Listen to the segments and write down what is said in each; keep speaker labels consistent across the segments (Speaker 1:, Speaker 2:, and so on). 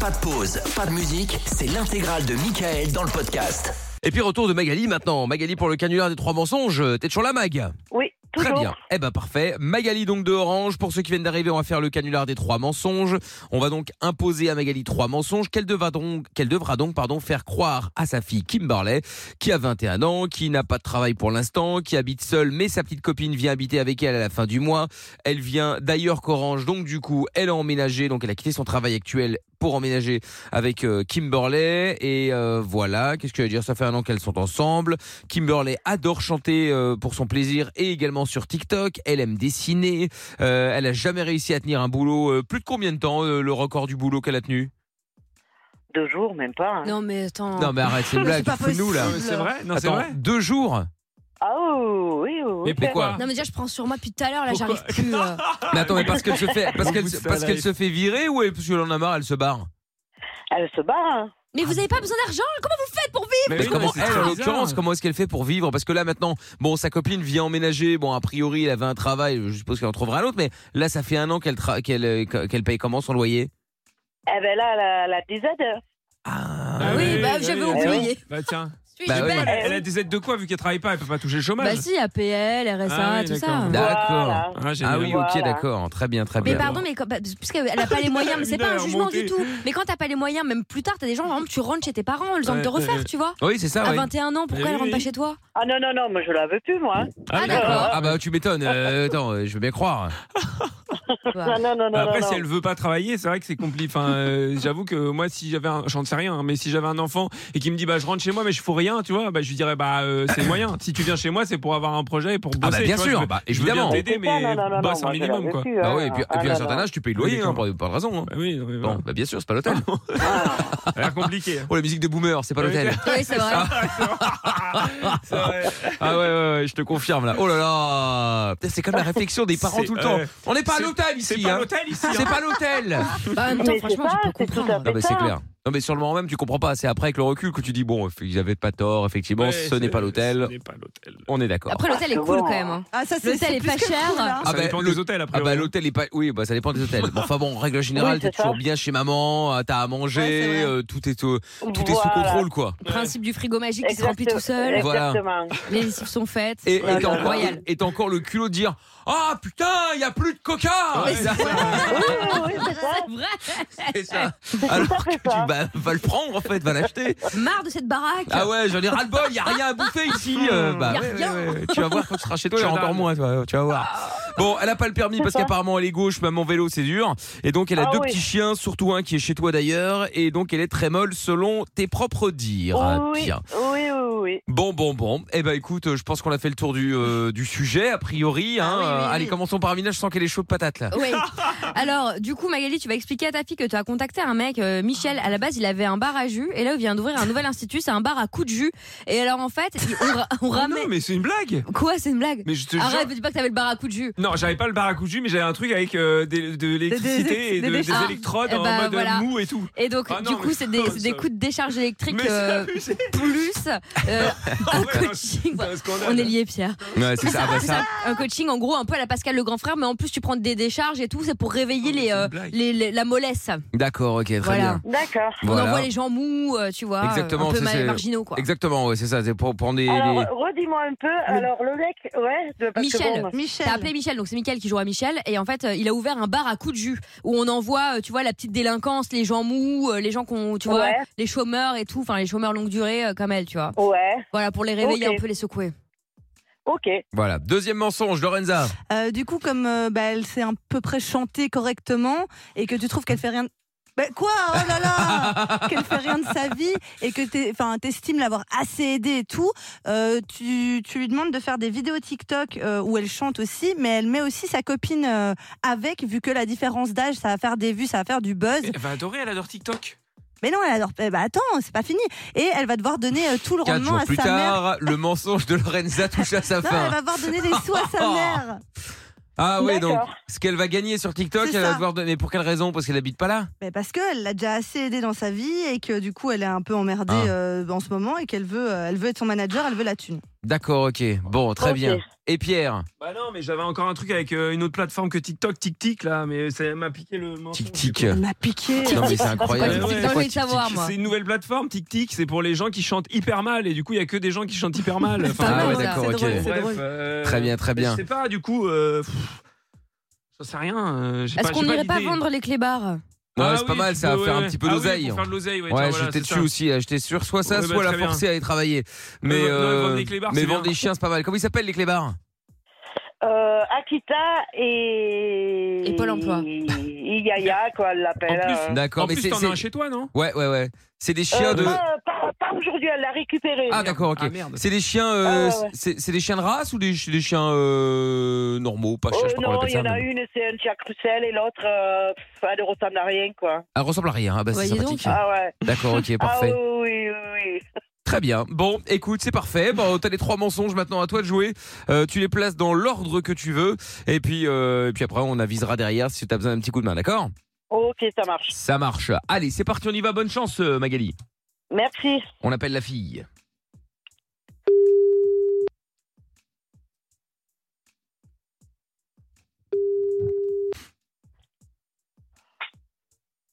Speaker 1: Pas de pause, pas de musique, c'est l'intégrale de Michael dans le podcast.
Speaker 2: Et puis retour de Magali maintenant. Magali pour le canular des trois mensonges. T'es toujours là, Mag
Speaker 3: Oui,
Speaker 2: Très
Speaker 3: toujours.
Speaker 2: bien. Eh ben parfait. Magali donc de Orange. Pour ceux qui viennent d'arriver, on va faire le canular des trois mensonges. On va donc imposer à Magali trois mensonges qu'elle devra donc, qu'elle devra donc pardon, faire croire à sa fille Kimberley, qui a 21 ans, qui n'a pas de travail pour l'instant, qui habite seule, mais sa petite copine vient habiter avec elle à la fin du mois. Elle vient d'ailleurs qu'Orange, donc du coup, elle a emménagé, donc elle a quitté son travail actuel pour emménager avec euh, Kimberley. Et euh, voilà, qu'est-ce que je veux dire Ça fait un an qu'elles sont ensemble. Kimberley adore chanter euh, pour son plaisir et également sur TikTok. Elle aime dessiner. Euh, elle a jamais réussi à tenir un boulot. euh, plus de combien de temps euh, le record du boulot qu'elle a tenu
Speaker 3: Deux jours, même pas. hein.
Speaker 4: Non mais attends.
Speaker 2: Non mais arrête, c'est une blague.
Speaker 4: pas
Speaker 2: Fous-nous là.
Speaker 4: possible.
Speaker 5: C'est vrai Non, c'est
Speaker 2: Attends,
Speaker 5: vrai
Speaker 2: deux jours
Speaker 3: Ah oh, oui, oui, oui.
Speaker 5: Mais
Speaker 3: c'est
Speaker 2: pourquoi
Speaker 3: vrai.
Speaker 4: Non mais déjà je prends sur moi depuis tout à l'heure là,
Speaker 5: Pourquoi
Speaker 4: j'arrive plus. euh. là.
Speaker 2: Mais attends, mais parce qu'elle se fait, parce
Speaker 5: Au
Speaker 2: qu'elle,
Speaker 5: bout de
Speaker 2: se-
Speaker 5: sa
Speaker 2: parce qu'elle
Speaker 5: life.
Speaker 2: se fait virer ou parce qu'elle en a marre, elle se barre
Speaker 3: Elle se barre. hein.
Speaker 4: Mais vous avez pas besoin d'argent Comment vous faites pour vivre
Speaker 2: Mais,
Speaker 5: oui, non,
Speaker 2: comment
Speaker 5: c'est
Speaker 2: elle,
Speaker 5: très
Speaker 2: en
Speaker 5: bizarre.
Speaker 2: l'occurrence, comment est-ce qu'elle fait pour vivre Parce que là maintenant, bon, sa copine vient emménager. Bon, a priori, elle avait un travail. Je suppose qu'elle en trouvera un autre. Mais là, ça fait un an qu'elle tra- qu'elle euh, qu'elle paye comment son loyer
Speaker 3: Eh ben là, la, la des aides.
Speaker 2: Ah.
Speaker 5: Ah
Speaker 4: Oui, bah, j'avais oublié.
Speaker 5: Bah tiens.
Speaker 4: Suis-je
Speaker 2: Bah oui.
Speaker 4: belle
Speaker 5: Elle, elle a des aides de quoi vu qu'elle travaille pas, elle peut pas toucher le chômage.
Speaker 4: Bah si, APL, RSA,
Speaker 5: Ah oui,
Speaker 4: tout ça.
Speaker 5: d'accord.
Speaker 2: D'accord.
Speaker 3: Voilà.
Speaker 5: Ah,
Speaker 2: Ah
Speaker 5: génial.
Speaker 2: oui, ok,
Speaker 3: Voilà.
Speaker 2: d'accord, très bien, très
Speaker 4: Mais
Speaker 2: bien.
Speaker 4: pardon, mais quand- bah, parce qu'elle a pas les moyens, mais c'est
Speaker 5: Il
Speaker 4: pas
Speaker 5: a
Speaker 4: un jugement
Speaker 5: remonté.
Speaker 4: du tout. Mais quand t'as pas les moyens, même plus tard, t'as des gens vraiment tu rentres chez tes parents, ils ont envie de te
Speaker 5: Ouais, ouais,
Speaker 4: refaire,
Speaker 5: ouais.
Speaker 4: tu vois.
Speaker 2: Oui, c'est ça.
Speaker 4: À
Speaker 2: Ah oui.
Speaker 4: 21 Ah, ans, pourquoi
Speaker 5: Eh
Speaker 4: elle rentre
Speaker 5: oui.
Speaker 4: pas chez toi
Speaker 3: Ah non, non, non, moi je la veux plus, moi. hein.
Speaker 4: Ah, d'accord.
Speaker 2: Ah bah tu m'étonnes. euh, attends, euh, je veux bien croire.
Speaker 4: Ah.
Speaker 3: Non, non,
Speaker 2: Bah,
Speaker 3: non, non.
Speaker 5: Après,
Speaker 3: non,
Speaker 5: si
Speaker 3: non.
Speaker 5: elle veut pas travailler, c'est vrai que c'est compliqué. Enfin, euh, j'avoue que moi, si j'avais un, j'en sais rien, hein, mais si j'avais un enfant et qui me dit, bah, je rentre chez moi, mais je fous rien, tu vois, bah, je lui dirais, bah, euh, c'est moyen. Si tu viens chez moi, c'est pour avoir un projet et pour bosser.
Speaker 2: bah, bien
Speaker 5: tu vois,
Speaker 2: sûr,
Speaker 5: je veux-
Speaker 2: bah,
Speaker 5: je veux bien
Speaker 2: évidemment.
Speaker 5: t'aider, mais
Speaker 3: C'est ça, non, non, non, non,
Speaker 5: bosse un
Speaker 3: moi, je la
Speaker 5: minimum,
Speaker 3: veux
Speaker 5: quoi.
Speaker 3: plus,
Speaker 2: Bah
Speaker 3: hein.
Speaker 2: oui, et puis, et puis
Speaker 3: Ah
Speaker 2: à
Speaker 3: non,
Speaker 2: un certain
Speaker 3: non.
Speaker 2: âge, tu payes le loyer,
Speaker 5: Exactement.
Speaker 2: hein, pour pas de raison. hein.
Speaker 5: Bah oui, oui,
Speaker 2: Bon,
Speaker 5: voilà.
Speaker 2: bah bien sûr, c'est pas l'hôtel.
Speaker 5: ça a l'air compliqué. hein.
Speaker 2: Oh, la musique de Boomer, c'est pas l'hôtel.
Speaker 4: Oui, c'est vrai.
Speaker 5: C'est vrai.
Speaker 2: Ah ouais, ouais, ouais, je te confirme là. Oh là là, Putain, c'est comme la réflexion des parents
Speaker 5: C'est-
Speaker 2: tout le temps.
Speaker 5: ouais.
Speaker 2: On n'est pas à
Speaker 5: C'est-
Speaker 2: l'hôtel
Speaker 5: C'est
Speaker 2: ici,
Speaker 5: pas
Speaker 2: hein.
Speaker 5: l'hôtel ici.
Speaker 2: C'est pas l'hôtel.
Speaker 4: Bah, en même temps,
Speaker 3: Mais c'est
Speaker 4: franchement,
Speaker 3: ça,
Speaker 4: je peux
Speaker 3: c'est tout à
Speaker 2: Non
Speaker 4: comprendre.
Speaker 2: mais Ah, bah, c'est
Speaker 3: Putain.
Speaker 2: clair. Non mais sur le moment même, tu comprends pas. C'est après avec le recul que tu dis bon, ils avaient pas tort. Effectivement,
Speaker 5: Ouais,
Speaker 2: ce n'est pas l'hôtel.
Speaker 5: Ce n'est pas l'hôtel.
Speaker 2: On est d'accord.
Speaker 4: Après, l'hôtel est cool quand même. hein.
Speaker 6: Ah, ça, c'est
Speaker 4: L'hôtel
Speaker 6: c'est
Speaker 4: est
Speaker 6: plus
Speaker 4: pas
Speaker 6: que cool,
Speaker 4: cher.
Speaker 6: hein.
Speaker 2: Ah
Speaker 5: ça
Speaker 2: bah,
Speaker 5: dépend
Speaker 2: le-
Speaker 5: des hôtels après.
Speaker 2: Ah bah l'hôtel est pas oui bah ça dépend des hôtels. Bon, enfin bon en règle générale
Speaker 3: Oui,
Speaker 2: t'es
Speaker 3: c'est ça.
Speaker 2: toujours bien chez maman, euh, t'as à manger,
Speaker 6: Ouais, c'est vrai.
Speaker 2: euh, tout est au- tout est sous
Speaker 3: Voilà.
Speaker 2: contrôle quoi.
Speaker 4: Le Principe du frigo magique qui se
Speaker 3: Exact-
Speaker 4: remplit tout seul,
Speaker 2: Voilà.
Speaker 3: Exactement.
Speaker 4: les lessives sont faites.
Speaker 2: Et et
Speaker 3: Ouais,
Speaker 2: t'as encore,
Speaker 4: royal.
Speaker 2: et t'as encore le culot de dire ah putain il y a plus de coca.
Speaker 5: Ouais,
Speaker 2: C'est ça.
Speaker 3: Oui, oui, oui, c'est ça.
Speaker 4: Vrai.
Speaker 2: C'est ça. Alors que
Speaker 3: fait
Speaker 2: tu
Speaker 3: ça.
Speaker 2: bah, va le prendre en fait va l'acheter.
Speaker 4: Marre de cette baraque.
Speaker 2: Ah ouais j'en ai ras le bol il y a rien à bouffer ici. euh, bah,
Speaker 4: Y a
Speaker 2: ouais, ouais,
Speaker 4: rien.
Speaker 2: ouais. Tu vas voir quand tu seras chez toi il y aura
Speaker 5: Chadal.
Speaker 2: encore moins toi, tu vas voir. Bon elle a pas le permis parce
Speaker 3: ça.
Speaker 2: qu'apparemment elle est gauche même en vélo c'est dur et donc elle a
Speaker 3: Ah
Speaker 2: deux
Speaker 3: oui.
Speaker 2: petits chiens surtout un qui est chez toi d'ailleurs et donc elle est très molle selon tes propres dires.
Speaker 3: Oh Oui,
Speaker 2: Bien.
Speaker 3: oui, oui, oui.
Speaker 2: Bon bon bon eh ben écoute euh, je pense qu'on a fait le tour du euh, du sujet a priori hein.
Speaker 4: Ah oui, oui,
Speaker 2: Euh,
Speaker 4: oui.
Speaker 2: Allez commençons par Amina je sens qu'elle est chaude patate là.
Speaker 4: Ouais. Alors, du coup, Magali, tu vas expliquer à ta fille que tu as contacté un mec, euh, Michel. À la base, il avait un bar à jus, et là, il vient d'ouvrir un nouvel institut. C'est un bar à coups de jus. Et alors, en fait, il- on, ra- on
Speaker 5: Ah non,
Speaker 4: ramène.
Speaker 5: mais c'est une blague.
Speaker 4: Quoi, c'est une blague
Speaker 5: Mais je te jure.
Speaker 4: Arrête, me dis pas que t'avais le bar à coups de jus.
Speaker 5: Non, j'avais pas le bar à coups de jus, mais j'avais un truc avec euh, des- de l'électricité
Speaker 6: des-
Speaker 5: et de-
Speaker 6: des
Speaker 5: des
Speaker 4: déchets.
Speaker 5: électrodes
Speaker 4: Eh
Speaker 5: en
Speaker 4: bah,
Speaker 5: mode
Speaker 4: voilà.
Speaker 5: mou et tout.
Speaker 4: Et donc,
Speaker 5: Ah
Speaker 4: du
Speaker 5: non,
Speaker 4: coup,
Speaker 5: mais
Speaker 4: c'est
Speaker 5: c'est
Speaker 4: des,
Speaker 5: pas
Speaker 4: c'est des
Speaker 5: ça.
Speaker 4: coups de décharge électrique
Speaker 5: Mais
Speaker 4: euh,
Speaker 5: c'est abusé.
Speaker 4: plus euh,
Speaker 5: Ah ouais, non,
Speaker 4: coaching.
Speaker 5: c'est un scandale.
Speaker 4: On est liés, Pierre.
Speaker 2: Ouais c'est ça, ah bah, ça
Speaker 4: Un coaching, en gros, un peu à la Pascal le grand frère, mais en plus, tu prends des décharges et tout, c'est pour réveiller
Speaker 5: Non, Ah, mais
Speaker 4: les,
Speaker 5: c'est une
Speaker 4: euh,
Speaker 5: blague.
Speaker 4: les, les- la mollesse.
Speaker 2: d'accord ok très
Speaker 4: Voilà.
Speaker 2: bien.
Speaker 3: D'accord.
Speaker 4: On
Speaker 2: Voilà.
Speaker 4: envoie les gens mous, euh, tu vois,
Speaker 2: Exactement,
Speaker 4: un peu
Speaker 2: ça,
Speaker 4: ma-
Speaker 2: c'est-
Speaker 4: marginaux, quoi.
Speaker 2: Exactement ouais c'est ça c'est pour prendre des,
Speaker 3: Alors,
Speaker 2: des-
Speaker 3: redis-moi un peu. Alors, le mec, ouais, de- parce que
Speaker 4: Michel.
Speaker 3: bon,
Speaker 6: Michel.
Speaker 4: T'as appelé Michel, donc c'est Michel qui joue à Michel, et en fait, euh, il a ouvert un bar à coups de jus où on envoie, euh, tu vois, la petite délinquance, les gens mous, euh, les gens qu'on, tu vois,
Speaker 3: Ouais.
Speaker 4: les chômeurs et tout, enfin les chômeurs longue durée euh, comme elle, tu vois.
Speaker 3: ouais,
Speaker 4: Voilà, pour les réveiller
Speaker 3: Ok.
Speaker 4: un peu, les secouer.
Speaker 3: ok.
Speaker 2: voilà deuxième mensonge Lorenza.
Speaker 6: Euh, du coup, comme euh, bah, elle s'est à peu près chantée correctement et que tu trouves qu'elle fait rien. de- Bah, quoi Oh là là Qu'elle fait rien de sa vie et que t'es- enfin, t'estimes l'avoir assez aidée et tout. euh, tu, tu lui demandes de faire des vidéos TikTok euh, où elle chante aussi, mais elle met aussi sa copine euh, avec, vu que la différence d'âge, ça va faire des vues, ça va faire du buzz.
Speaker 5: Elle Eh, va adorer, elle adore TikTok.
Speaker 6: Mais non, elle adore. eh bah, attends, c'est pas fini. Et elle va devoir donner euh, tout le
Speaker 2: Quatre
Speaker 6: rendement
Speaker 2: jours
Speaker 6: à
Speaker 2: plus
Speaker 6: sa mère.
Speaker 2: tard, le mensonge de Lorenza touche à sa
Speaker 6: Non,
Speaker 2: fin.
Speaker 6: elle va devoir donner des sous à sa mère.
Speaker 2: Ah oui, donc
Speaker 3: D'accord.
Speaker 2: ce qu'elle va gagner sur TikTok,
Speaker 6: C'est
Speaker 2: elle va
Speaker 6: ça.
Speaker 2: devoir donner. Mais pour quelle raison Parce qu'elle habite pas là
Speaker 6: Mais parce qu'elle l'a déjà assez aidé dans sa vie et que du coup elle est un peu emmerdée
Speaker 2: Ah.
Speaker 6: euh, en ce moment et qu'elle veut, euh, elle veut être son manager, elle veut la thune.
Speaker 2: D'accord, ok. Bon, très
Speaker 3: Ok.
Speaker 2: bien. et Pierre.
Speaker 5: Bah non, mais j'avais encore un truc avec euh, une autre plateforme que TikTok, Tic Tic là, mais ça m'a piqué le menton.
Speaker 2: Tic tic.
Speaker 6: On m'a piqué.
Speaker 2: Non mais c'est
Speaker 4: Pas
Speaker 2: incroyable.
Speaker 4: TikTok,
Speaker 5: Ouais, ouais,
Speaker 4: j'ai envie
Speaker 5: ouais,
Speaker 4: de savoir, moi.
Speaker 5: C'est une nouvelle plateforme, Tic Tic, c'est pour les gens qui chantent hyper mal et du coup il y a que des gens qui chantent hyper mal.
Speaker 4: Pas
Speaker 2: Ah
Speaker 4: mal,
Speaker 2: ouais
Speaker 4: ça.
Speaker 2: d'accord
Speaker 6: C'est
Speaker 2: ok.
Speaker 6: drôle, c'est
Speaker 5: bref,
Speaker 6: drôle.
Speaker 5: euh,
Speaker 2: Très bien très
Speaker 5: Je
Speaker 2: bien.
Speaker 5: sais pas, du coup, euh, pff, j'en sais rien. euh, j'ai
Speaker 4: Est-ce
Speaker 5: pas-
Speaker 4: qu'on
Speaker 5: j'ai
Speaker 4: n'irait pas
Speaker 5: d'idée.
Speaker 4: vendre les clébards
Speaker 2: Ouais,
Speaker 5: Ah
Speaker 2: c'est
Speaker 5: oui,
Speaker 2: pas mal
Speaker 5: tu
Speaker 2: ça,
Speaker 5: peux,
Speaker 2: faire
Speaker 5: ouais.
Speaker 2: un petit peu
Speaker 5: Ah oui,
Speaker 2: d'oseille.
Speaker 5: pour faire de l'oseille, ouais.
Speaker 2: Ouais,
Speaker 5: tiens, voilà,
Speaker 2: j'étais
Speaker 5: c'est
Speaker 2: dessus
Speaker 5: ça.
Speaker 2: aussi, là, j'étais sûr. Soit ça,
Speaker 5: Ouais, bah,
Speaker 2: soit la
Speaker 5: très bien.
Speaker 2: forcer à aller travailler. Mais,
Speaker 5: non,
Speaker 2: euh,
Speaker 5: vendre des clébards,
Speaker 2: mais
Speaker 5: c'est
Speaker 2: vendre
Speaker 5: bien.
Speaker 2: des chiens, c'est pas mal. Comment ils s'appellent les clébards
Speaker 3: Euh, Akita et.
Speaker 4: Et Pôle emploi.
Speaker 3: Et Yaya, quoi, elle l'appelle.
Speaker 5: En plus,
Speaker 3: euh.
Speaker 5: En
Speaker 2: D'accord, mais
Speaker 5: plus,
Speaker 2: c'est.
Speaker 5: t'en
Speaker 2: c'est-
Speaker 5: as un chez toi, non
Speaker 2: Ouais, ouais, ouais. C'est des
Speaker 3: Euh,
Speaker 2: chiens de.
Speaker 3: pas, pas- pas aujourd'hui, elle l'a récupéré.
Speaker 2: Ah, d'accord, ok.
Speaker 5: Ah, merde.
Speaker 2: C'est des chiens. euh,
Speaker 3: Ah, ouais, ouais.
Speaker 2: C'est c'est des chiens de race ou des, des chiens euh, normaux Pas
Speaker 3: Oh,
Speaker 2: chiens, je sais pas comment on
Speaker 3: non,
Speaker 2: appelle
Speaker 3: il
Speaker 2: ça.
Speaker 3: y en a
Speaker 2: mais-
Speaker 3: une, c'est un Jack Russell et l'autre, euh, pff, elle ne ressemble à rien, quoi.
Speaker 2: Elle ressemble à rien. Ah, bah, c'est
Speaker 4: Voyez donc.
Speaker 2: sympathique.
Speaker 3: Ah ouais.
Speaker 2: D'accord, ok,
Speaker 3: Ah oui,
Speaker 2: parfait.
Speaker 3: oui, oui.
Speaker 2: Très bien. Bon, écoute, c'est parfait. Bon, t'as les trois mensonges maintenant à toi de jouer. Euh, tu les places dans l'ordre que tu veux. Et puis, euh, et puis après, on avisera derrière si t'as besoin d'un petit coup de main, d'accord
Speaker 3: Ok, ça marche.
Speaker 2: Ça marche. Allez, c'est parti, on y va. Bonne chance, euh, Magali.
Speaker 3: Merci.
Speaker 2: On appelle la fille.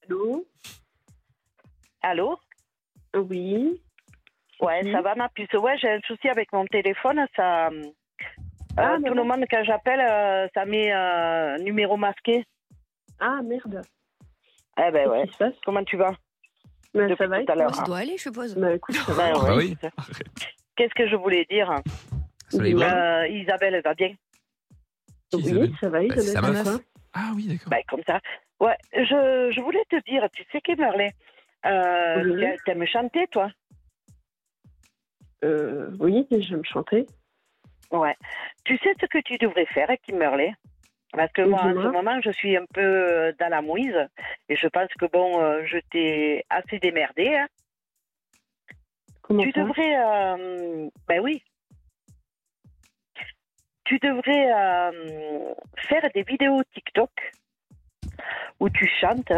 Speaker 7: Allô
Speaker 3: Allô
Speaker 7: Oui.
Speaker 3: Ouais,
Speaker 7: Oui.
Speaker 3: ça va ma puce. Ouais, j'ai un souci avec mon téléphone. Ça, euh,
Speaker 7: Ah,
Speaker 3: tout le
Speaker 7: d'accord.
Speaker 3: monde quand j'appelle, euh, ça met euh, numéro masqué.
Speaker 7: Ah merde.
Speaker 3: Eh ben
Speaker 7: Qu'est-ce
Speaker 3: ouais.
Speaker 7: qui se passe
Speaker 3: Comment tu vas
Speaker 7: Ben,
Speaker 3: depuis
Speaker 7: Ça va
Speaker 3: tout à
Speaker 7: être...
Speaker 3: l'heure Ah.
Speaker 4: Ça doit aller, je suppose.
Speaker 7: Bah écoute, ça va.
Speaker 3: Ben ouais.
Speaker 2: Bah oui.
Speaker 3: Qu'est-ce que je voulais dire
Speaker 2: Soleil
Speaker 7: Oui.
Speaker 2: brun.
Speaker 3: Euh, Isabelle, elle va bien
Speaker 5: Qui,
Speaker 7: Ah, Oui,
Speaker 5: Isabelle
Speaker 7: ça va, hein. Isabelle,
Speaker 2: c'est sa
Speaker 7: ça
Speaker 2: meuf.
Speaker 7: va.
Speaker 5: Ah oui, d'accord.
Speaker 3: Ben, comme ça. Ouais, je, je voulais te dire, tu sais qu'Emerley, euh,
Speaker 7: Oui.
Speaker 3: tu t'aimes chanter, toi
Speaker 7: Euh, oui, je vais me chanter.
Speaker 3: Ouais. Tu sais ce que tu devrais faire, Kimberley Parce que moi, en
Speaker 7: Dis-moi.
Speaker 3: ce moment, je suis un peu euh, dans la mouise. Et je pense que, bon, euh, je t'ai assez démerdé. hein.
Speaker 7: Comment
Speaker 3: Tu
Speaker 7: ça
Speaker 3: devrais. euh, ben oui. Tu devrais euh, faire des vidéos TikTok où tu chantes.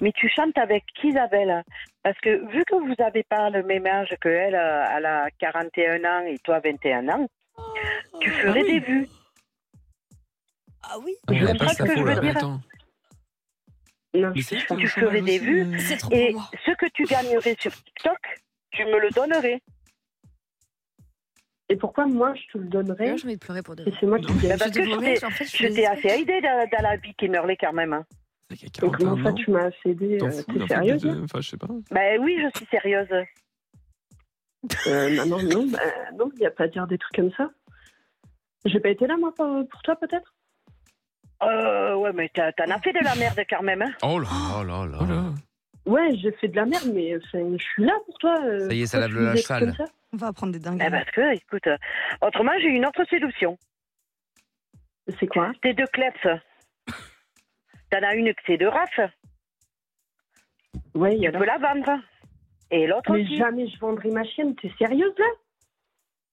Speaker 3: Mais tu chantes avec Isabelle. Parce que vu que vous n'avez pas le même âge que elle, euh, elle a 41 ans et toi 21 ans, tu ferais des vues.
Speaker 6: Ah oui.
Speaker 5: Ah,
Speaker 3: Je
Speaker 5: mais
Speaker 3: sais
Speaker 5: pas
Speaker 3: pas
Speaker 5: ça,
Speaker 3: ce que je
Speaker 5: faut,
Speaker 3: veux
Speaker 5: là.
Speaker 3: dire.
Speaker 5: Attends.
Speaker 7: Non,
Speaker 5: Mais c'est
Speaker 3: Tu
Speaker 5: ça,
Speaker 3: ferais
Speaker 5: mal
Speaker 3: des
Speaker 5: aussi,
Speaker 3: vues
Speaker 5: euh.
Speaker 4: Ah, C'est trop pour
Speaker 3: Et
Speaker 4: moi.
Speaker 3: ce que tu gagnerais sur TikTok, tu me le donnerais.
Speaker 7: Et pourquoi moi je te le donnerais
Speaker 4: Là, j'ai envie de pleurer pour de
Speaker 7: Et
Speaker 4: rire.
Speaker 7: c'est moi qui gagne.
Speaker 3: parce
Speaker 4: Je
Speaker 3: que je
Speaker 4: dévorais,
Speaker 3: t'ai-
Speaker 4: en fait, je
Speaker 3: Je
Speaker 4: suis
Speaker 3: t'ai assez aidé dans, dans la vie, Kimberley, quand même. hein.
Speaker 5: C'est qu'il y a
Speaker 7: Et
Speaker 5: 41
Speaker 7: comment ça
Speaker 5: ans.
Speaker 7: tu m'as cédé
Speaker 5: T'en
Speaker 7: euh,
Speaker 5: fous,
Speaker 7: T'es
Speaker 5: d'un
Speaker 7: sérieuse
Speaker 5: truc de- Enfin, je sais pas.
Speaker 3: Ben oui, je suis sérieuse.
Speaker 7: là euh, Non, non, non, bah, non, il n'y a pas à dire des trucs comme ça. J'ai pas été là moi pour, pour toi peut-être
Speaker 3: Euh, ouais, mais t'as- t'en as fait de la merde quand même. hein.
Speaker 2: Oh là là là
Speaker 5: Oh
Speaker 2: là.
Speaker 5: là.
Speaker 7: Ouais, j'ai fait de la merde, mais enfin, je suis là pour toi. euh,
Speaker 2: Ça y est, ça
Speaker 7: pourquoi
Speaker 2: lave
Speaker 7: tu
Speaker 2: le
Speaker 7: me
Speaker 2: linge
Speaker 7: dis des trucs
Speaker 2: sale.
Speaker 7: comme ça
Speaker 6: On va apprendre des dingues.
Speaker 3: Eh, parce que, écoute, euh, autrement, j'ai une autre solution.
Speaker 7: C'est quoi
Speaker 3: Tes deux cleps. T'en as une que c'est de Raph.
Speaker 7: Ouais, il y
Speaker 3: Tu
Speaker 7: a là.
Speaker 3: peux la vendre. Et l'autre
Speaker 7: Mais
Speaker 3: aussi.
Speaker 7: jamais je vendrai ma chienne, t'es sérieuse là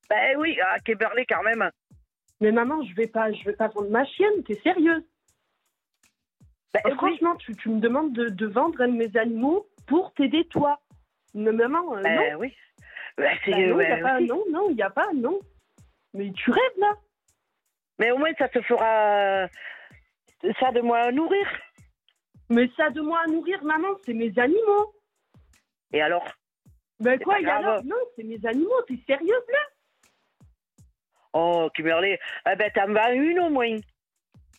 Speaker 3: Ben oui, à Kimberley, quand même.
Speaker 7: Mais maman, je vais pas, je vais pas vendre ma chienne, t'es sérieuse
Speaker 3: Ben
Speaker 7: Euh,
Speaker 3: oui.
Speaker 7: Franchement, tu, tu me demandes de, de vendre un de mes animaux pour t'aider toi. Non, maman, euh, non.
Speaker 3: Ben oui. Ben, c'est-
Speaker 7: Bah non,
Speaker 3: ouais,
Speaker 7: y a pas,
Speaker 3: aussi.
Speaker 7: non, non, il n'y a pas, non. Mais tu rêves là
Speaker 3: Mais au moins, ça te fera euh, ça de moi à nourrir.
Speaker 7: Mais ça de moi à nourrir, maman, c'est mes animaux.
Speaker 3: Et alors
Speaker 7: Ben
Speaker 3: C'est
Speaker 7: quoi,
Speaker 3: pas
Speaker 7: il y a
Speaker 3: grave.
Speaker 7: là Non, c'est mes animaux, t'es sérieuse là
Speaker 3: Oh, Kimberley, eh ben, t'en vas une au moins.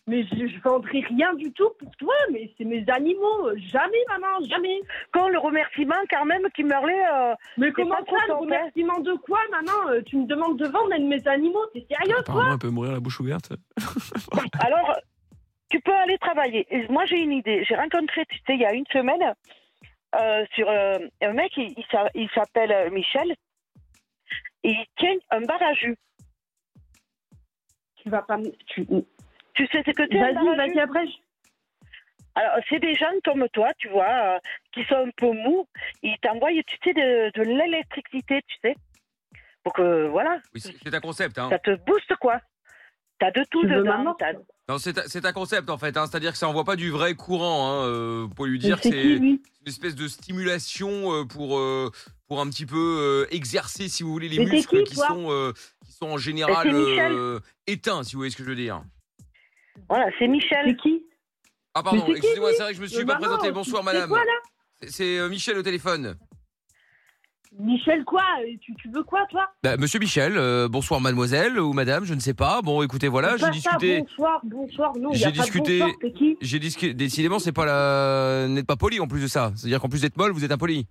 Speaker 7: Mais je, je vendrai rien du tout pour toi, mais c'est mes animaux. euh, Jamais, maman, jamais.
Speaker 3: Quand le remerciement, quand même, Kimberley, euh,
Speaker 7: Mais comment
Speaker 3: pas
Speaker 7: ça, le
Speaker 3: contente, hein
Speaker 7: remerciement de quoi, maman Euh, Tu me demandes de vendre un de mes animaux, t'es sérieuse toi
Speaker 5: Apparemment, elle peut mourir la bouche ouverte.
Speaker 3: alors, tu peux aller travailler. Et moi, j'ai une idée. J'ai rencontré, tu sais, il y a une semaine, euh, sur euh, un mec, il, il s'a- il s'appelle euh, Michel. Et il tient un bar à jus.
Speaker 7: Tu vas pas me. tu-
Speaker 3: Tu sais ce que c'est un
Speaker 7: Vas-y,
Speaker 3: bar à jus
Speaker 7: vas-y après. je-
Speaker 3: Alors, c'est des gens comme toi, tu vois, euh, qui sont un peu mous. Ils t'envoient, tu sais, de, de l'électricité, tu sais. Pour que, voilà,
Speaker 2: Oui, c'est c'est un concept, hein.
Speaker 3: ça te booste, quoi. T'as de tout
Speaker 7: Tu veux ma
Speaker 3: dedans.
Speaker 7: mort,
Speaker 3: t'as-
Speaker 7: toi
Speaker 2: Non, c'est un- c'est un concept en fait, hein. c'est-à-dire que ça envoie pas du vrai courant. Hein. euh, Pour lui
Speaker 7: Mais
Speaker 2: dire que
Speaker 7: c'est qui,
Speaker 2: c'est
Speaker 7: lui
Speaker 2: une espèce de stimulation euh, pour euh, pour un petit peu euh, exercer, si vous voulez, les
Speaker 7: Mais c'est
Speaker 2: muscles
Speaker 7: qui,
Speaker 2: qui
Speaker 7: toi
Speaker 2: sont euh, qui sont en général
Speaker 7: c'est Michel.
Speaker 2: euh, éteints, si vous voyez ce que je veux dire.
Speaker 3: Voilà, c'est Michel.
Speaker 7: C'est qui
Speaker 2: Ah pardon,
Speaker 7: Mais c'est qui,
Speaker 2: excusez-moi,
Speaker 7: lui
Speaker 2: c'est vrai que je me suis
Speaker 7: Mais
Speaker 2: pas
Speaker 7: maman,
Speaker 2: présenté. Bonsoir
Speaker 7: c'est
Speaker 2: madame.
Speaker 7: quoi, là
Speaker 2: C'est- C'est euh, Michel au téléphone.
Speaker 7: Michel, quoi Euh, tu, tu veux quoi, toi
Speaker 2: Bah, Monsieur Michel, euh, bonsoir mademoiselle ou madame, je ne sais pas. Bon, écoutez, voilà,
Speaker 7: C'est pas ça, bonsoir, bonsoir, non, il
Speaker 2: j'ai
Speaker 7: a pas
Speaker 2: discuté-
Speaker 7: de bonsoir, c'est qui
Speaker 2: J'ai discuté. Décidément, c'est pas la. N'êtes pas poli en plus de ça. C'est-à-dire qu'en plus d'être molle, vous êtes impoli.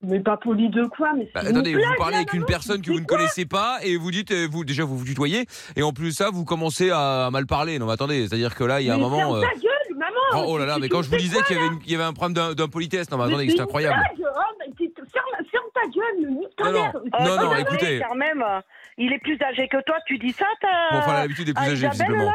Speaker 7: Mais pas poli de quoi mais
Speaker 2: Bah,
Speaker 7: s'il vous
Speaker 2: attendez,
Speaker 7: plaît.
Speaker 2: vous parlez avec une personne que vous ne
Speaker 7: c'est quoi
Speaker 2: connaissez pas et vous dites, euh, vous déjà vous vous tutoyez et en plus de ça vous commencez à mal parler. Non mais attendez, c'est-à-dire que là il y a un
Speaker 7: Mais
Speaker 2: moment.
Speaker 7: ferme
Speaker 2: euh,
Speaker 7: ta gueule, maman
Speaker 2: oh, oh là là,
Speaker 7: tu-
Speaker 2: mais
Speaker 7: tu
Speaker 2: quand je vous
Speaker 7: sais
Speaker 2: disais qu'il y, avait une- qu'il y avait un problème d'im- d'impolitesse, non mais attendez,
Speaker 7: c'est
Speaker 2: c'est
Speaker 7: une
Speaker 2: incroyable.
Speaker 7: blague, oh, mais tu- ferme, ferme ta gueule, nique ta
Speaker 2: Non, non.
Speaker 7: mère
Speaker 3: Euh,
Speaker 2: Non, non,
Speaker 3: attendez,
Speaker 2: écoutez.
Speaker 3: Quand même, euh, il est plus âgé que toi, tu dis ça, t'as.
Speaker 2: Bon, enfin l'habitude est plus
Speaker 3: à
Speaker 2: âgée
Speaker 3: Isabelle,
Speaker 2: visiblement.
Speaker 3: là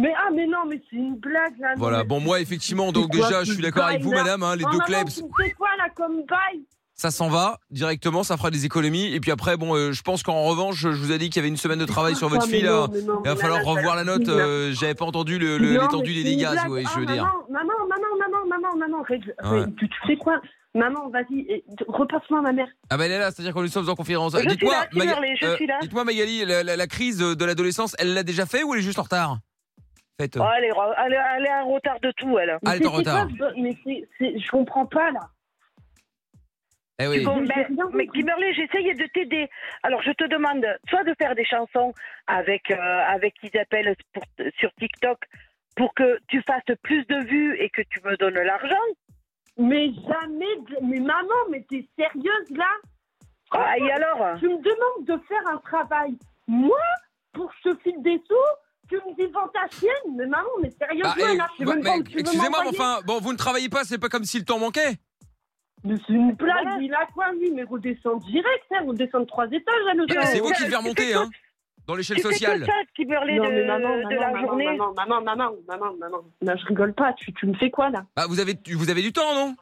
Speaker 7: Mais ah, mais non, mais c'est une blague, là. non,
Speaker 2: Voilà,
Speaker 7: mais-
Speaker 2: bon moi effectivement donc
Speaker 7: C'est quoi
Speaker 2: déjà je
Speaker 7: ce
Speaker 2: suis d'accord avec vous
Speaker 7: bail, là
Speaker 2: madame, hein, les
Speaker 7: Oh,
Speaker 2: deux
Speaker 7: maman,
Speaker 2: clubs
Speaker 7: tu me fais quoi, là, comme bail
Speaker 2: ça s'en va directement, ça fera des économies et puis après bon euh, je pense qu'en revanche je vous ai dit qu'il y avait une semaine de travail sur votre
Speaker 7: Ah, mais
Speaker 2: fille
Speaker 7: non,
Speaker 2: là.
Speaker 7: mais non,
Speaker 2: Il va
Speaker 7: mais
Speaker 2: falloir
Speaker 7: là, là,
Speaker 2: revoir la note,
Speaker 7: là.
Speaker 2: euh, j'avais pas entendu le- le-
Speaker 7: Non,
Speaker 2: l'étendue des
Speaker 7: mais c'est une
Speaker 2: dégâts, si
Speaker 7: blague.
Speaker 2: vous voyez ce que je
Speaker 7: Ah,
Speaker 2: veux dire.
Speaker 7: Maman, maman, maman, maman, maman, maman, règle.
Speaker 2: Ouais.
Speaker 7: règle. Tu, tu sais quoi Maman, vas-y, et- repasse-moi ma mère.
Speaker 2: Ah ben elle est là, c'est-à-dire qu'on nous sommes en conférence.
Speaker 3: Je suis
Speaker 2: Dites-moi, euh,
Speaker 3: là, je suis là, les- je suis là.
Speaker 2: dites-moi Magali, la, la- la crise de l'adolescence, elle l'a déjà fait ou elle est juste en retard Faites. euh,
Speaker 3: Oh, elle, est, re- elle, est- elle est en retard de tout, elle.
Speaker 2: Ah, elle est en
Speaker 7: Mais c'est
Speaker 2: retard.
Speaker 7: quoi ce- mais c'est, c'est- je comprends pas, là.
Speaker 2: Eh oui.
Speaker 3: Bon,
Speaker 7: J'ai-
Speaker 3: ben,
Speaker 7: j'ai bien
Speaker 3: mais
Speaker 7: compris.
Speaker 3: Kimberly, j'essayais de t'aider. Alors, je te demande soit de faire des chansons avec, euh, avec Isabelle pour- sur TikTok pour que tu fasses plus de vues et que tu me donnes l'argent.
Speaker 7: Mais jamais. de- Mais maman, mais t'es sérieuse, là
Speaker 3: Ah, et alors
Speaker 7: Tu me demandes de faire un travail, moi, pour ce fil des sous Tu me dis vends ta chienne Mais maman, mais sérieusement,
Speaker 2: Bah, eh,
Speaker 7: là, je sais
Speaker 2: bah,
Speaker 7: même pas
Speaker 2: mais
Speaker 7: où tu veux
Speaker 2: Excusez-moi, mais
Speaker 7: m'envoyer.
Speaker 2: enfin, bon, vous ne travaillez pas, c'est pas comme si le temps manquait.
Speaker 7: Mais c'est une blague,
Speaker 3: Voilà.
Speaker 7: il a quoi, lui Mais redescend direct, hein, redescend de trois étages, hein, à l'autre.
Speaker 3: Ouais,
Speaker 2: C'est vous
Speaker 3: ouais,
Speaker 2: qui
Speaker 3: tu
Speaker 2: devez
Speaker 3: fais
Speaker 2: remonter,
Speaker 3: tout-
Speaker 2: hein, dans l'échelle
Speaker 3: Tu fais tout
Speaker 2: sociale.
Speaker 3: ça, Kimberly,
Speaker 7: Non,
Speaker 3: de,
Speaker 7: mais maman, maman,
Speaker 3: de la
Speaker 7: maman,
Speaker 3: journée.
Speaker 7: Maman, maman, maman, maman, maman. Là, je rigole pas, tu, tu me fais quoi, là
Speaker 2: Bah, vous avez, vous avez du temps, non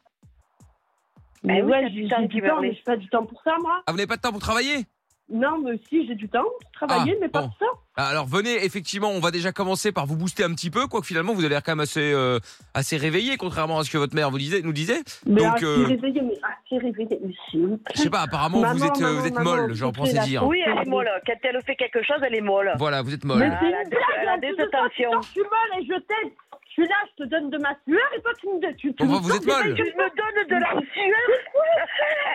Speaker 7: Mais
Speaker 3: Bah oui, t'as
Speaker 7: ouais,
Speaker 3: du
Speaker 7: j'ai
Speaker 3: temps
Speaker 7: j'ai
Speaker 3: qui
Speaker 7: du
Speaker 3: va
Speaker 7: temps,
Speaker 3: aller.
Speaker 7: mais j'ai pas du temps pour ça, moi.
Speaker 2: Ah, vous n'avez pas de temps pour travailler
Speaker 7: Non, mais si, j'ai du temps pour travailler,
Speaker 2: Ah,
Speaker 7: mais pas
Speaker 2: bon.
Speaker 7: pour ça.
Speaker 2: Ah, Alors venez, effectivement, on va déjà commencer par vous booster un petit peu, quoique finalement vous avez l'air quand même assez, euh, assez réveillé, contrairement à ce que votre mère vous disait, nous disait.
Speaker 7: Mais
Speaker 2: Donc,
Speaker 7: assez
Speaker 2: euh,
Speaker 7: réveillé, mais assez réveillé, mais c'est une
Speaker 2: Je sais pas, apparemment vous
Speaker 7: Maman,
Speaker 2: êtes, euh,
Speaker 7: maman,
Speaker 2: vous êtes
Speaker 7: maman,
Speaker 2: molle, genre,
Speaker 7: tu
Speaker 2: pensez
Speaker 7: fais la
Speaker 2: dire.
Speaker 7: con.
Speaker 3: Oui, elle est molle. Quand elle fait quelque chose, elle est molle.
Speaker 2: Voilà, vous êtes
Speaker 7: Mais
Speaker 2: molle.
Speaker 7: c'est
Speaker 3: Elle a
Speaker 7: une
Speaker 3: des- elle a
Speaker 7: blague, là,
Speaker 3: des
Speaker 7: tu te sens- tu te
Speaker 3: tensions.
Speaker 7: sens que je suis molle et je t'aide. Je suis là, je te donne de ma sueur et toi tu me tu, tu
Speaker 2: Enfin,
Speaker 7: me
Speaker 2: vous
Speaker 7: sors
Speaker 2: êtes
Speaker 7: des
Speaker 2: molle.
Speaker 7: mails
Speaker 3: Tu
Speaker 7: que-
Speaker 3: me donnes de la sueur.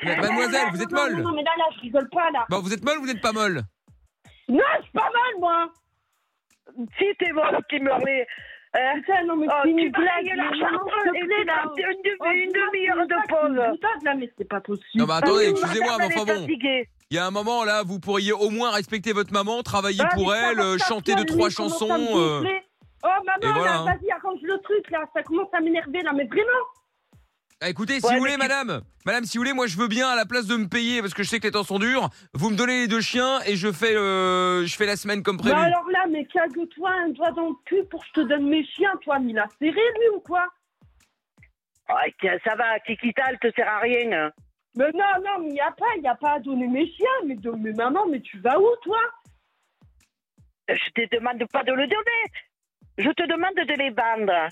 Speaker 2: Mais mademoiselle, vous êtes
Speaker 7: Non, non,
Speaker 2: molle.
Speaker 7: Non, mais là, là, je rigole pas, là.
Speaker 2: Bon, vous êtes molle ou vous n'êtes pas molle
Speaker 7: Non, je suis pas molle, moi.
Speaker 3: Si t'es molle, Kimberly. Hein
Speaker 7: Putain, non, mais
Speaker 3: Oh,
Speaker 7: c'est
Speaker 3: tu
Speaker 7: une
Speaker 3: vas
Speaker 7: blague.
Speaker 3: payer la
Speaker 7: mais maman,
Speaker 3: chambre
Speaker 7: s'il te
Speaker 3: et
Speaker 7: plaît,
Speaker 3: puis
Speaker 7: là.
Speaker 3: t'as une,
Speaker 7: Oh,
Speaker 3: demi- une
Speaker 7: tu vois,
Speaker 3: demi-heure
Speaker 7: c'est ça
Speaker 3: de
Speaker 7: qui me
Speaker 3: pause.
Speaker 7: bousade, là, mais c'est pas possible.
Speaker 2: Non, mais attendez,
Speaker 3: Parce que
Speaker 2: excusez-moi, mais
Speaker 3: madame,
Speaker 2: enfin
Speaker 3: elle est
Speaker 2: bon.
Speaker 3: fatiguée.
Speaker 2: Il y a un moment là, vous pourriez au moins respecter votre maman, travailler
Speaker 7: Ah,
Speaker 2: pour
Speaker 7: mais ça
Speaker 2: elle,
Speaker 7: commence
Speaker 2: euh,
Speaker 7: à
Speaker 2: chanter deux
Speaker 7: me
Speaker 2: trois
Speaker 7: gonfler,
Speaker 2: chansons.
Speaker 7: commence à me
Speaker 2: euh,
Speaker 7: gonfler. Oh
Speaker 2: et
Speaker 7: maman,
Speaker 2: voilà,
Speaker 7: là,
Speaker 2: hein.
Speaker 7: vas-y, arrange le truc là, ça commence à m'énerver là, mais vraiment.
Speaker 2: Ah, écoutez, si
Speaker 3: Ouais,
Speaker 2: vous
Speaker 3: mais
Speaker 2: voulez,
Speaker 3: tu-
Speaker 2: madame, madame, si vous voulez, moi je veux bien à la place de me payer parce que je sais que les temps sont durs. Vous me donnez les deux chiens et je fais, euh, je fais la semaine comme prévu.
Speaker 7: Bah alors là, mais cague-toi un doigt dans le cul pour que je te donne mes chiens, toi, mais il a serré lui ou quoi
Speaker 3: Ah, tiens, ça va, Kikita, elle te sert à rien.
Speaker 7: Mais non, non, mais il n'y a pas, il n'y a pas à donner mes chiens, mais, don- mais maman, mais tu vas où toi
Speaker 3: Je te demande pas de le donner. Je te demande de les vendre.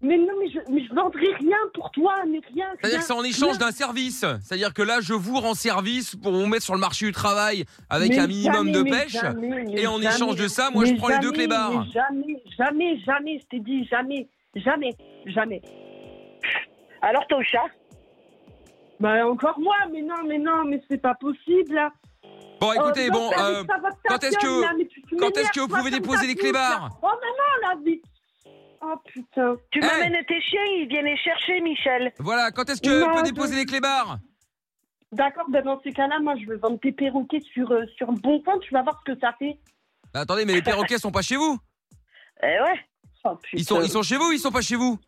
Speaker 7: Mais non, mais je, mais je vendrai rien pour toi, mais rien.
Speaker 2: C'est-à-dire
Speaker 7: rien,
Speaker 2: que c'est en échange
Speaker 7: rien.
Speaker 2: d'un service. C'est-à-dire que là, je vous rends service pour vous mettre sur le marché du travail avec
Speaker 7: Mais
Speaker 2: un minimum
Speaker 7: jamais,
Speaker 2: de
Speaker 7: mais
Speaker 2: pêche.
Speaker 7: jamais, mais
Speaker 2: Et en
Speaker 7: jamais,
Speaker 2: échange de ça, Ah, moi,
Speaker 7: mais
Speaker 2: je prends les deux
Speaker 7: jamais,
Speaker 2: clébards.
Speaker 7: mais Jamais, jamais, jamais, je t'ai dit, jamais, jamais, jamais.
Speaker 3: Alors, ton chat
Speaker 7: Bah encore moi, mais non, mais non, mais c'est pas possible là.
Speaker 2: Bon, écoutez,
Speaker 7: Oh,
Speaker 2: bon,
Speaker 7: non, ça
Speaker 2: euh,
Speaker 7: va, ça va te
Speaker 2: quand est-ce
Speaker 7: faire
Speaker 2: que-
Speaker 7: gueule, là, mais tu- tu
Speaker 2: quand est-ce
Speaker 7: m'énerves,
Speaker 2: que vous
Speaker 7: toi,
Speaker 2: pouvez
Speaker 7: comme
Speaker 2: déposer
Speaker 7: ta
Speaker 2: les
Speaker 7: fille,
Speaker 2: clébards
Speaker 7: là. Oh maman, là, mais... Oh putain.
Speaker 3: Tu
Speaker 2: Hey.
Speaker 3: m'amènes tes chiens, ils viennent les chercher, Michel.
Speaker 2: voilà, quand est-ce que
Speaker 7: Non,
Speaker 2: peut
Speaker 7: je-
Speaker 2: déposer les clébards
Speaker 7: D'accord, ben dans ces cas-là, moi, je vais vendre tes perroquets sur, euh, sur le bon coin, tu vas voir ce que ça fait.
Speaker 2: Bah, Attendez, mais les perroquets sont pas chez vous.
Speaker 3: Eh ouais.
Speaker 7: Oh putain.
Speaker 2: Ils sont, ils sont chez vous ou ils sont pas chez vous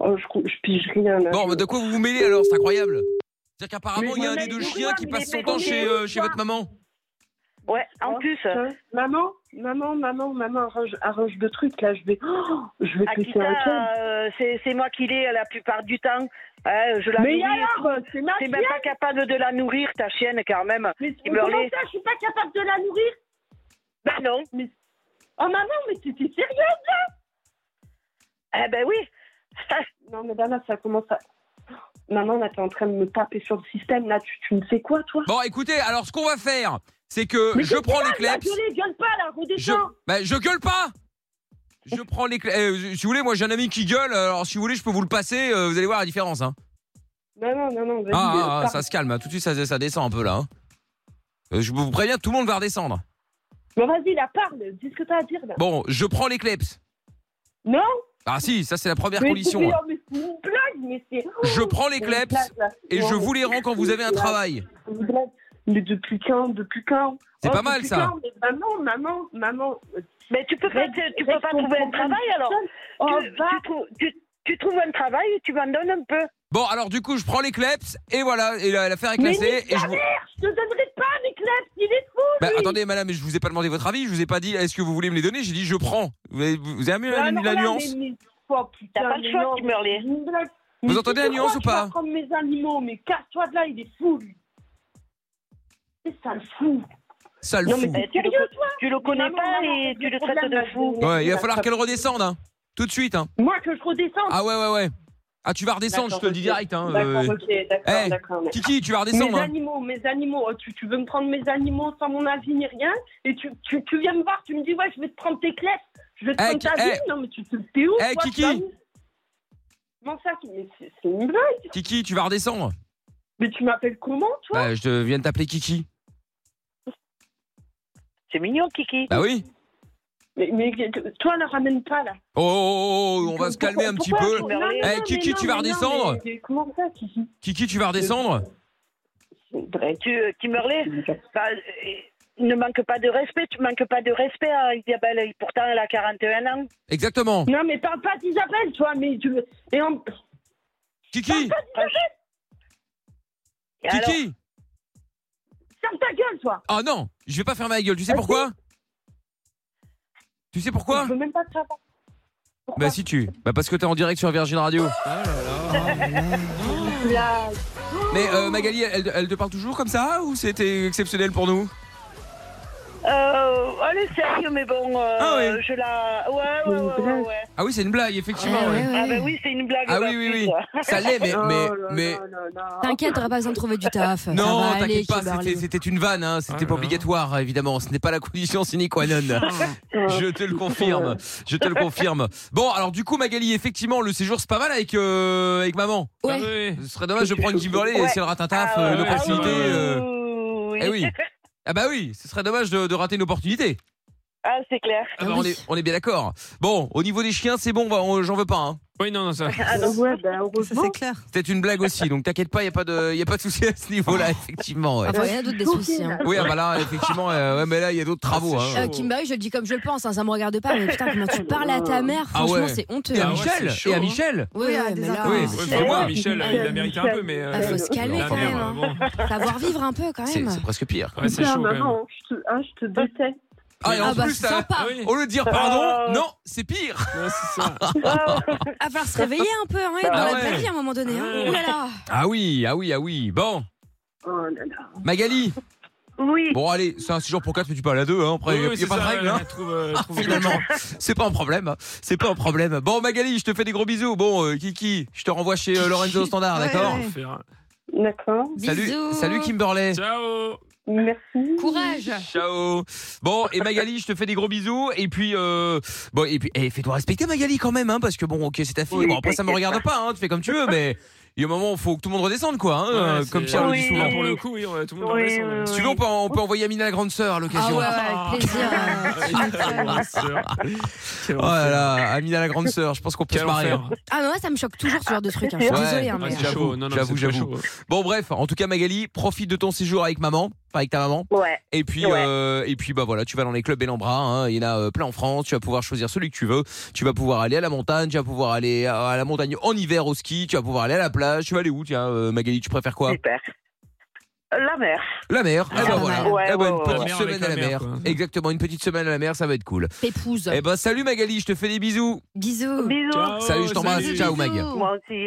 Speaker 7: Oh, je, cou- je pige rien, là.
Speaker 2: Bon, bah, de quoi vous vous mêlez alors C'est incroyable. C'est-à-dire qu'apparemment,
Speaker 7: Mais
Speaker 2: il y a un
Speaker 7: voilà,
Speaker 2: des deux
Speaker 7: mais
Speaker 2: chiens
Speaker 7: pourquoi
Speaker 2: qui
Speaker 7: vous
Speaker 2: passe
Speaker 7: les
Speaker 2: son temps
Speaker 7: mettez
Speaker 2: chez,
Speaker 7: au
Speaker 2: euh, chez
Speaker 7: soir
Speaker 2: votre maman.
Speaker 3: Ouais, en
Speaker 7: Oh,
Speaker 3: plus. euh,
Speaker 7: putain. Maman, maman, maman, maman, arrange, arrange le truc, là, je vais... Oh, je vais péter un câble.
Speaker 3: Akita, euh, c'est c'est moi qui l'ai la plupart du temps. Euh, je la
Speaker 7: Mais
Speaker 3: nourris.
Speaker 7: alors, euh, c'est ma
Speaker 3: T'es
Speaker 7: chienne
Speaker 3: même pas capable de la nourrir, ta chienne, quand même.
Speaker 7: Mais
Speaker 3: Kimberly.
Speaker 7: comment ça, je suis pas capable de la nourrir
Speaker 3: Ben non.
Speaker 7: Oh maman, mais t'étais sérieuse
Speaker 3: Eh ben oui.
Speaker 7: Non, mais là, là, ça commence à. Maman, là, t'es en train de me taper sur le système. Là, tu, tu me fais quoi, toi
Speaker 2: Bon, écoutez, alors ce qu'on va faire, c'est que je prends les
Speaker 7: Là,
Speaker 2: cleps.
Speaker 7: gueule, gueule pas, là,
Speaker 2: Je,
Speaker 7: redescends.
Speaker 2: bah, je gueule pas Je prends les clés. Eh, je- si vous voulez, moi j'ai un ami qui gueule, alors si vous voulez, je peux vous le passer, euh, vous allez voir la différence. Hein.
Speaker 7: Non, non, non, non, vas-y. euh,
Speaker 2: Ah, ah, ah,
Speaker 7: pars.
Speaker 2: ça se calme, hein. tout de suite ça, ça descend un peu là. hein. Euh, Je vous préviens, tout le monde va redescendre.
Speaker 7: Mais vas-y, là, parle. Dis ce que t'as à dire, là.
Speaker 2: Bon, je prends les cleps.
Speaker 7: Non
Speaker 2: Ah si, ça c'est la première
Speaker 7: mais
Speaker 2: condition.
Speaker 7: c'est-
Speaker 2: hein.
Speaker 7: mais c'est une blague, mais c'est.
Speaker 2: Je prends les
Speaker 7: C'est une
Speaker 2: cleps
Speaker 7: blague, là.
Speaker 2: et je
Speaker 7: Non,
Speaker 2: vous les rends quand vous avez un travail.
Speaker 7: c'est une blague. Mais depuis quand Depuis quand
Speaker 2: C'est
Speaker 7: Oh,
Speaker 2: pas mal
Speaker 7: depuis
Speaker 2: ça.
Speaker 7: quand Mais maman, maman, maman.
Speaker 3: Mais tu peux pas, te- tu peux pas trouver un travail alors.
Speaker 7: Oh,
Speaker 3: tu,
Speaker 7: va.
Speaker 3: tu trou- tu- tu trouves un travail et tu m'en donnes un peu.
Speaker 2: Bon, alors du coup, je prends les cleps et voilà, et la- l'affaire est classée. Et je vous...
Speaker 7: Je te donnerai pas les cleps, il est fou.
Speaker 2: Bah,
Speaker 7: lui.
Speaker 2: attendez, madame, je vous ai pas demandé votre avis, je vous ai pas dit est-ce que vous voulez me les donner, j'ai dit je prends. Vous avez, vous avez aimé la,
Speaker 7: Ah, non,
Speaker 2: la
Speaker 7: là,
Speaker 2: nuance
Speaker 7: mais- mais- oh, putain,
Speaker 3: T'as pas le
Speaker 7: mais
Speaker 3: choix,
Speaker 7: non,
Speaker 3: tu meurs, les.
Speaker 7: mais c'est une blague.
Speaker 2: Vous
Speaker 7: Mais tu
Speaker 2: entendez la
Speaker 7: sais
Speaker 2: nuance
Speaker 7: quoi,
Speaker 2: ou
Speaker 7: tu vas
Speaker 2: pas
Speaker 7: prendre mes animaux, mais casse-toi de là, il est fou, lui. C'est ça le fou.
Speaker 2: Ça le
Speaker 3: Non,
Speaker 2: fout.
Speaker 3: mais
Speaker 7: T'es
Speaker 3: tu le,
Speaker 7: sérieux, toi
Speaker 3: tu le connais
Speaker 7: Maman,
Speaker 3: pas
Speaker 7: maman,
Speaker 3: et tu le traites
Speaker 7: problème, là,
Speaker 3: de fou.
Speaker 7: c'est-
Speaker 2: Ouais, il va falloir qu'elle redescende, hein. Tout de suite, hein.
Speaker 7: Moi, que je redescende.
Speaker 2: Ah ouais, ouais, ouais. Ah, tu vas redescendre, je te le dis direct, hein.
Speaker 7: D'accord,
Speaker 2: euh,
Speaker 7: ok, d'accord,
Speaker 2: hey,
Speaker 7: d'accord. mais-
Speaker 2: Kiki, tu vas
Speaker 7: Mes
Speaker 2: redescendre, hein.
Speaker 7: animaux, mes animaux, Oh, tu, tu veux me prendre mes animaux sans mon avis ni rien Et tu, tu, tu viens me voir, tu me dis, ouais, je vais te prendre tes clés, je vais te
Speaker 2: Eh,
Speaker 7: prendre ta
Speaker 2: Ki-
Speaker 7: vie. Non, mais tu te t'es où
Speaker 2: Eh,
Speaker 7: toi,
Speaker 2: Kiki.
Speaker 7: tu vas où Comment ça mais C'est c'est une blague.
Speaker 2: Kiki, tu vas redescendre.
Speaker 7: Mais tu m'appelles comment, toi
Speaker 2: Bah, je te- viens de t'appeler Kiki.
Speaker 3: C'est mignon, Kiki.
Speaker 2: Bah oui.
Speaker 7: mais, mais toi, ne ramène pas, là.
Speaker 2: Oh, oh, oh, oh, on va se calmer un petit peu.
Speaker 3: Non, non,
Speaker 2: Eh, Kiki, tu vas redescendre
Speaker 7: mais- mais Comment ça, Kiki
Speaker 2: Kiki, tu vas redescendre.
Speaker 7: Bref.
Speaker 3: Tu, Kimberley, bah, euh, ne manque pas de respect. Tu manques pas de respect à Isabelle. Et Pourtant, elle a 41 ans.
Speaker 2: Exactement.
Speaker 7: Non, mais parle pas d'Isabelle, toi, mais tu veux... Et en...
Speaker 2: Kiki,
Speaker 3: Et alors,
Speaker 2: Kiki.
Speaker 7: Ferme ta gueule, toi
Speaker 2: Ah non, je vais pas fermer ma gueule. Tu sais pourquoi Tu sais pourquoi
Speaker 7: Ah Je veux même pas te savoir. Pourquoi
Speaker 2: Bah si tu. Bah parce que t'es en direct sur Virgin Radio.
Speaker 5: Ah
Speaker 7: Là,
Speaker 2: Mais euh, Magali, elle, elle te parle toujours comme ça ou c'était exceptionnel pour nous
Speaker 3: euh, elle est sérieux, mais bon, euh,
Speaker 2: Ah ouais.
Speaker 3: je la. Ouais, ouais, ouais, ouais. ouais.
Speaker 2: Ah oui, c'est une blague, effectivement. ouais.
Speaker 3: Ah, bah oui, c'est une blague.
Speaker 2: Ah
Speaker 3: bah,
Speaker 2: oui, oui,
Speaker 3: plus,
Speaker 2: oui.
Speaker 3: quoi.
Speaker 2: Ça l'est, mais, mais,
Speaker 7: Oh là
Speaker 2: mais,
Speaker 7: là là là.
Speaker 4: T'inquiète, t'auras pas besoin de trouver du taf. Ça va
Speaker 2: Non,
Speaker 4: aller,
Speaker 2: t'inquiète pas,
Speaker 4: Kimberly.
Speaker 2: c'était- c'était une vanne, hein, c'était
Speaker 5: Ah
Speaker 2: pas
Speaker 5: là là.
Speaker 2: obligatoire, évidemment, ce n'est pas la condition sine qua non.
Speaker 7: Oh.
Speaker 2: Je te le confirme, je te le confirme. Bon, alors du coup, Magali, effectivement, le séjour c'est pas mal avec, euh, avec maman.
Speaker 4: Ouais.
Speaker 5: Ouais.
Speaker 2: Ce serait dommage de prendre une Kimberley et
Speaker 3: Ouais.
Speaker 2: c'est le ratintaf,
Speaker 3: Ah,
Speaker 2: euh,
Speaker 3: ouais,
Speaker 2: une
Speaker 5: ouais,
Speaker 2: opportunité.
Speaker 5: ouais, ouais.
Speaker 2: euh,
Speaker 3: oui.
Speaker 2: Eh oui. Ah bah oui, ce serait dommage de, de rater une opportunité.
Speaker 3: Ah, c'est clair.
Speaker 4: Ah
Speaker 2: Bah,
Speaker 4: oui.
Speaker 2: on, est, on est bien d'accord. Bon, au niveau des chiens, c'est bon, bah, on- j'en veux pas. Hein.
Speaker 5: Oui, Ah, non, non, ça.
Speaker 7: Ouais, ben,
Speaker 6: Ça,
Speaker 7: heureusement.
Speaker 6: c'est clair.
Speaker 2: C'était une blague aussi, donc t'inquiète pas, il y a pas de, y a pas de souci à ce niveau-là, effectivement. ouais.
Speaker 4: Enfin, il Ah, bah, y en a d'autres des soucis. hein.
Speaker 2: Oui, ah bah là, effectivement, euh, ouais, mais là, il y a d'autres travaux.
Speaker 5: Ah,
Speaker 2: hein.
Speaker 5: c'est
Speaker 4: Euh, Kimberly, je le dis comme je le pense, hein, ça me regarde pas, mais putain, comment tu parles à ta mère,
Speaker 2: Ah ouais.
Speaker 4: franchement, c'est honteux.
Speaker 2: Et à
Speaker 5: Ah ouais,
Speaker 2: Michel,
Speaker 5: c'est chaud,
Speaker 2: et à
Speaker 5: hein.
Speaker 2: Michel.
Speaker 4: Oui,
Speaker 6: Oui, à
Speaker 4: oui,
Speaker 6: des
Speaker 4: mais là,
Speaker 6: enfants.
Speaker 2: Oui,
Speaker 4: euh,
Speaker 5: Ouais,
Speaker 2: Eh
Speaker 5: faut voir,
Speaker 2: ouais,
Speaker 5: Michel, il la mérite un peu, mais.
Speaker 4: Ah, faut se calmer,
Speaker 5: la
Speaker 4: quand
Speaker 5: mère,
Speaker 4: même, hein.
Speaker 5: bon.
Speaker 4: savoir vivre un peu quand
Speaker 2: C'est
Speaker 4: même.
Speaker 2: c'est presque pire.
Speaker 5: Ouais, c'est
Speaker 7: Putain,
Speaker 5: chaud, quand même.
Speaker 7: maman, je te, ah, je te déteste.
Speaker 2: Ah, et en
Speaker 4: Ah bah,
Speaker 2: plus,
Speaker 4: c'est
Speaker 2: euh,
Speaker 4: sympa.
Speaker 5: Ah oui,
Speaker 2: au lieu de dire pardon,
Speaker 3: Euh.
Speaker 2: non, c'est pire.
Speaker 5: ouais, c'est ça.
Speaker 7: Oh
Speaker 4: Ah, falloir se réveiller un peu, hein, dans
Speaker 2: Ah
Speaker 4: la
Speaker 2: ouais.
Speaker 4: vraie vie à un moment donné. Hein.
Speaker 5: Ouais.
Speaker 4: Ouh là là.
Speaker 2: Ah oui, ah oui, ah oui. Bon,
Speaker 7: Oh là là.
Speaker 2: Magali.
Speaker 3: Oui.
Speaker 2: Bon, allez, c'est un 6 jours pour 4, mais tu parles à 2, hein. Après, il
Speaker 5: Oui,
Speaker 2: n'y a,
Speaker 5: oui,
Speaker 2: y a
Speaker 5: c'est
Speaker 2: pas de
Speaker 5: ça,
Speaker 2: règle,
Speaker 5: ouais,
Speaker 2: hein.
Speaker 5: trouve, euh, trouve-
Speaker 2: Finalement, c'est pas un problème. hein. C'est pas un problème. Bon, Magali, je te fais des gros bisous. Bon, euh, Kiki, je te renvoie chez euh, Lorenzo au standard,
Speaker 6: Ouais,
Speaker 2: d'accord
Speaker 6: ouais.
Speaker 5: Faire-
Speaker 7: D'accord,
Speaker 2: Salut,
Speaker 4: Bisous.
Speaker 2: salut Kimberley.
Speaker 5: Ciao
Speaker 7: merci.
Speaker 4: Courage.
Speaker 2: Ciao. Bon, et Magali, je te fais des gros bisous. Et puis, euh, bon, et puis, eh, fais-toi respecter, Magali, quand même, hein, parce que bon, ok, c'est ta fille.
Speaker 3: Oui,
Speaker 2: bon, après, ça me regarde pas, hein, tu fais comme tu veux, mais il y a un moment, faut que tout le monde redescende, quoi, hein, euh,
Speaker 5: Ouais, c'est-
Speaker 2: comme Pierre le dit
Speaker 3: Oui.
Speaker 5: Là,
Speaker 2: souvent.
Speaker 5: pour le coup, oui, on- tout le monde
Speaker 3: Oui,
Speaker 5: en laisse, on-
Speaker 3: oui, oui.
Speaker 2: Si tu veux, on peut, on peut envoyer Amina, la grande sœur, à
Speaker 4: Ah
Speaker 2: l'occasion.
Speaker 4: ouais, ouais, avec plaisir.
Speaker 5: Ah, Quel
Speaker 2: Oh là là, Amina, la grande sœur, je pense qu'on peut se marier.
Speaker 5: enfer.
Speaker 4: Ah non, ouais, ça me choque toujours ce genre de truc. Hein. Je suis
Speaker 2: Ouais.
Speaker 4: désolée. Hein,
Speaker 5: Ah,
Speaker 4: mais,
Speaker 5: c'est
Speaker 4: euh,
Speaker 5: chaud. Non, non,
Speaker 2: J'avoue,
Speaker 5: c'est très
Speaker 2: j'avoue.
Speaker 5: chaud.
Speaker 2: hein. Bon, bref, en tout cas, Magali, profite de ton séjour avec maman, enfin, avec ta maman.
Speaker 3: Ouais.
Speaker 2: Et puis,
Speaker 3: Ouais.
Speaker 2: euh, et puis bah voilà, tu vas dans les clubs Bellambra, hein, il y en a euh, plein en France, tu vas pouvoir choisir celui que tu veux, tu vas pouvoir aller à la montagne, tu vas pouvoir aller à, à la montagne en hiver au ski, tu vas pouvoir aller à la plage, tu vas aller où tiens euh, Magali, tu préfères quoi
Speaker 3: Super. La mère.
Speaker 2: La mer. Eh
Speaker 5: Ah,
Speaker 2: ben
Speaker 5: pas
Speaker 2: voilà.
Speaker 4: mal.
Speaker 3: Ouais,
Speaker 2: Eh ben,
Speaker 3: ouais,
Speaker 2: une
Speaker 3: ouais,
Speaker 2: petite
Speaker 5: ouais.
Speaker 2: semaine à la
Speaker 5: La mer avec
Speaker 2: mer.
Speaker 5: la mer, quoi.
Speaker 2: Exactement, une petite semaine à la mer, ça va être cool.
Speaker 4: Pépouse.
Speaker 2: Eh ben salut Magali, je te fais des bisous.
Speaker 4: Bisous.
Speaker 3: Bisous.
Speaker 5: Ciao,
Speaker 2: Salut, je t'embrasse.
Speaker 5: salut.
Speaker 2: Ciao Ah, Mag.
Speaker 3: Moi aussi.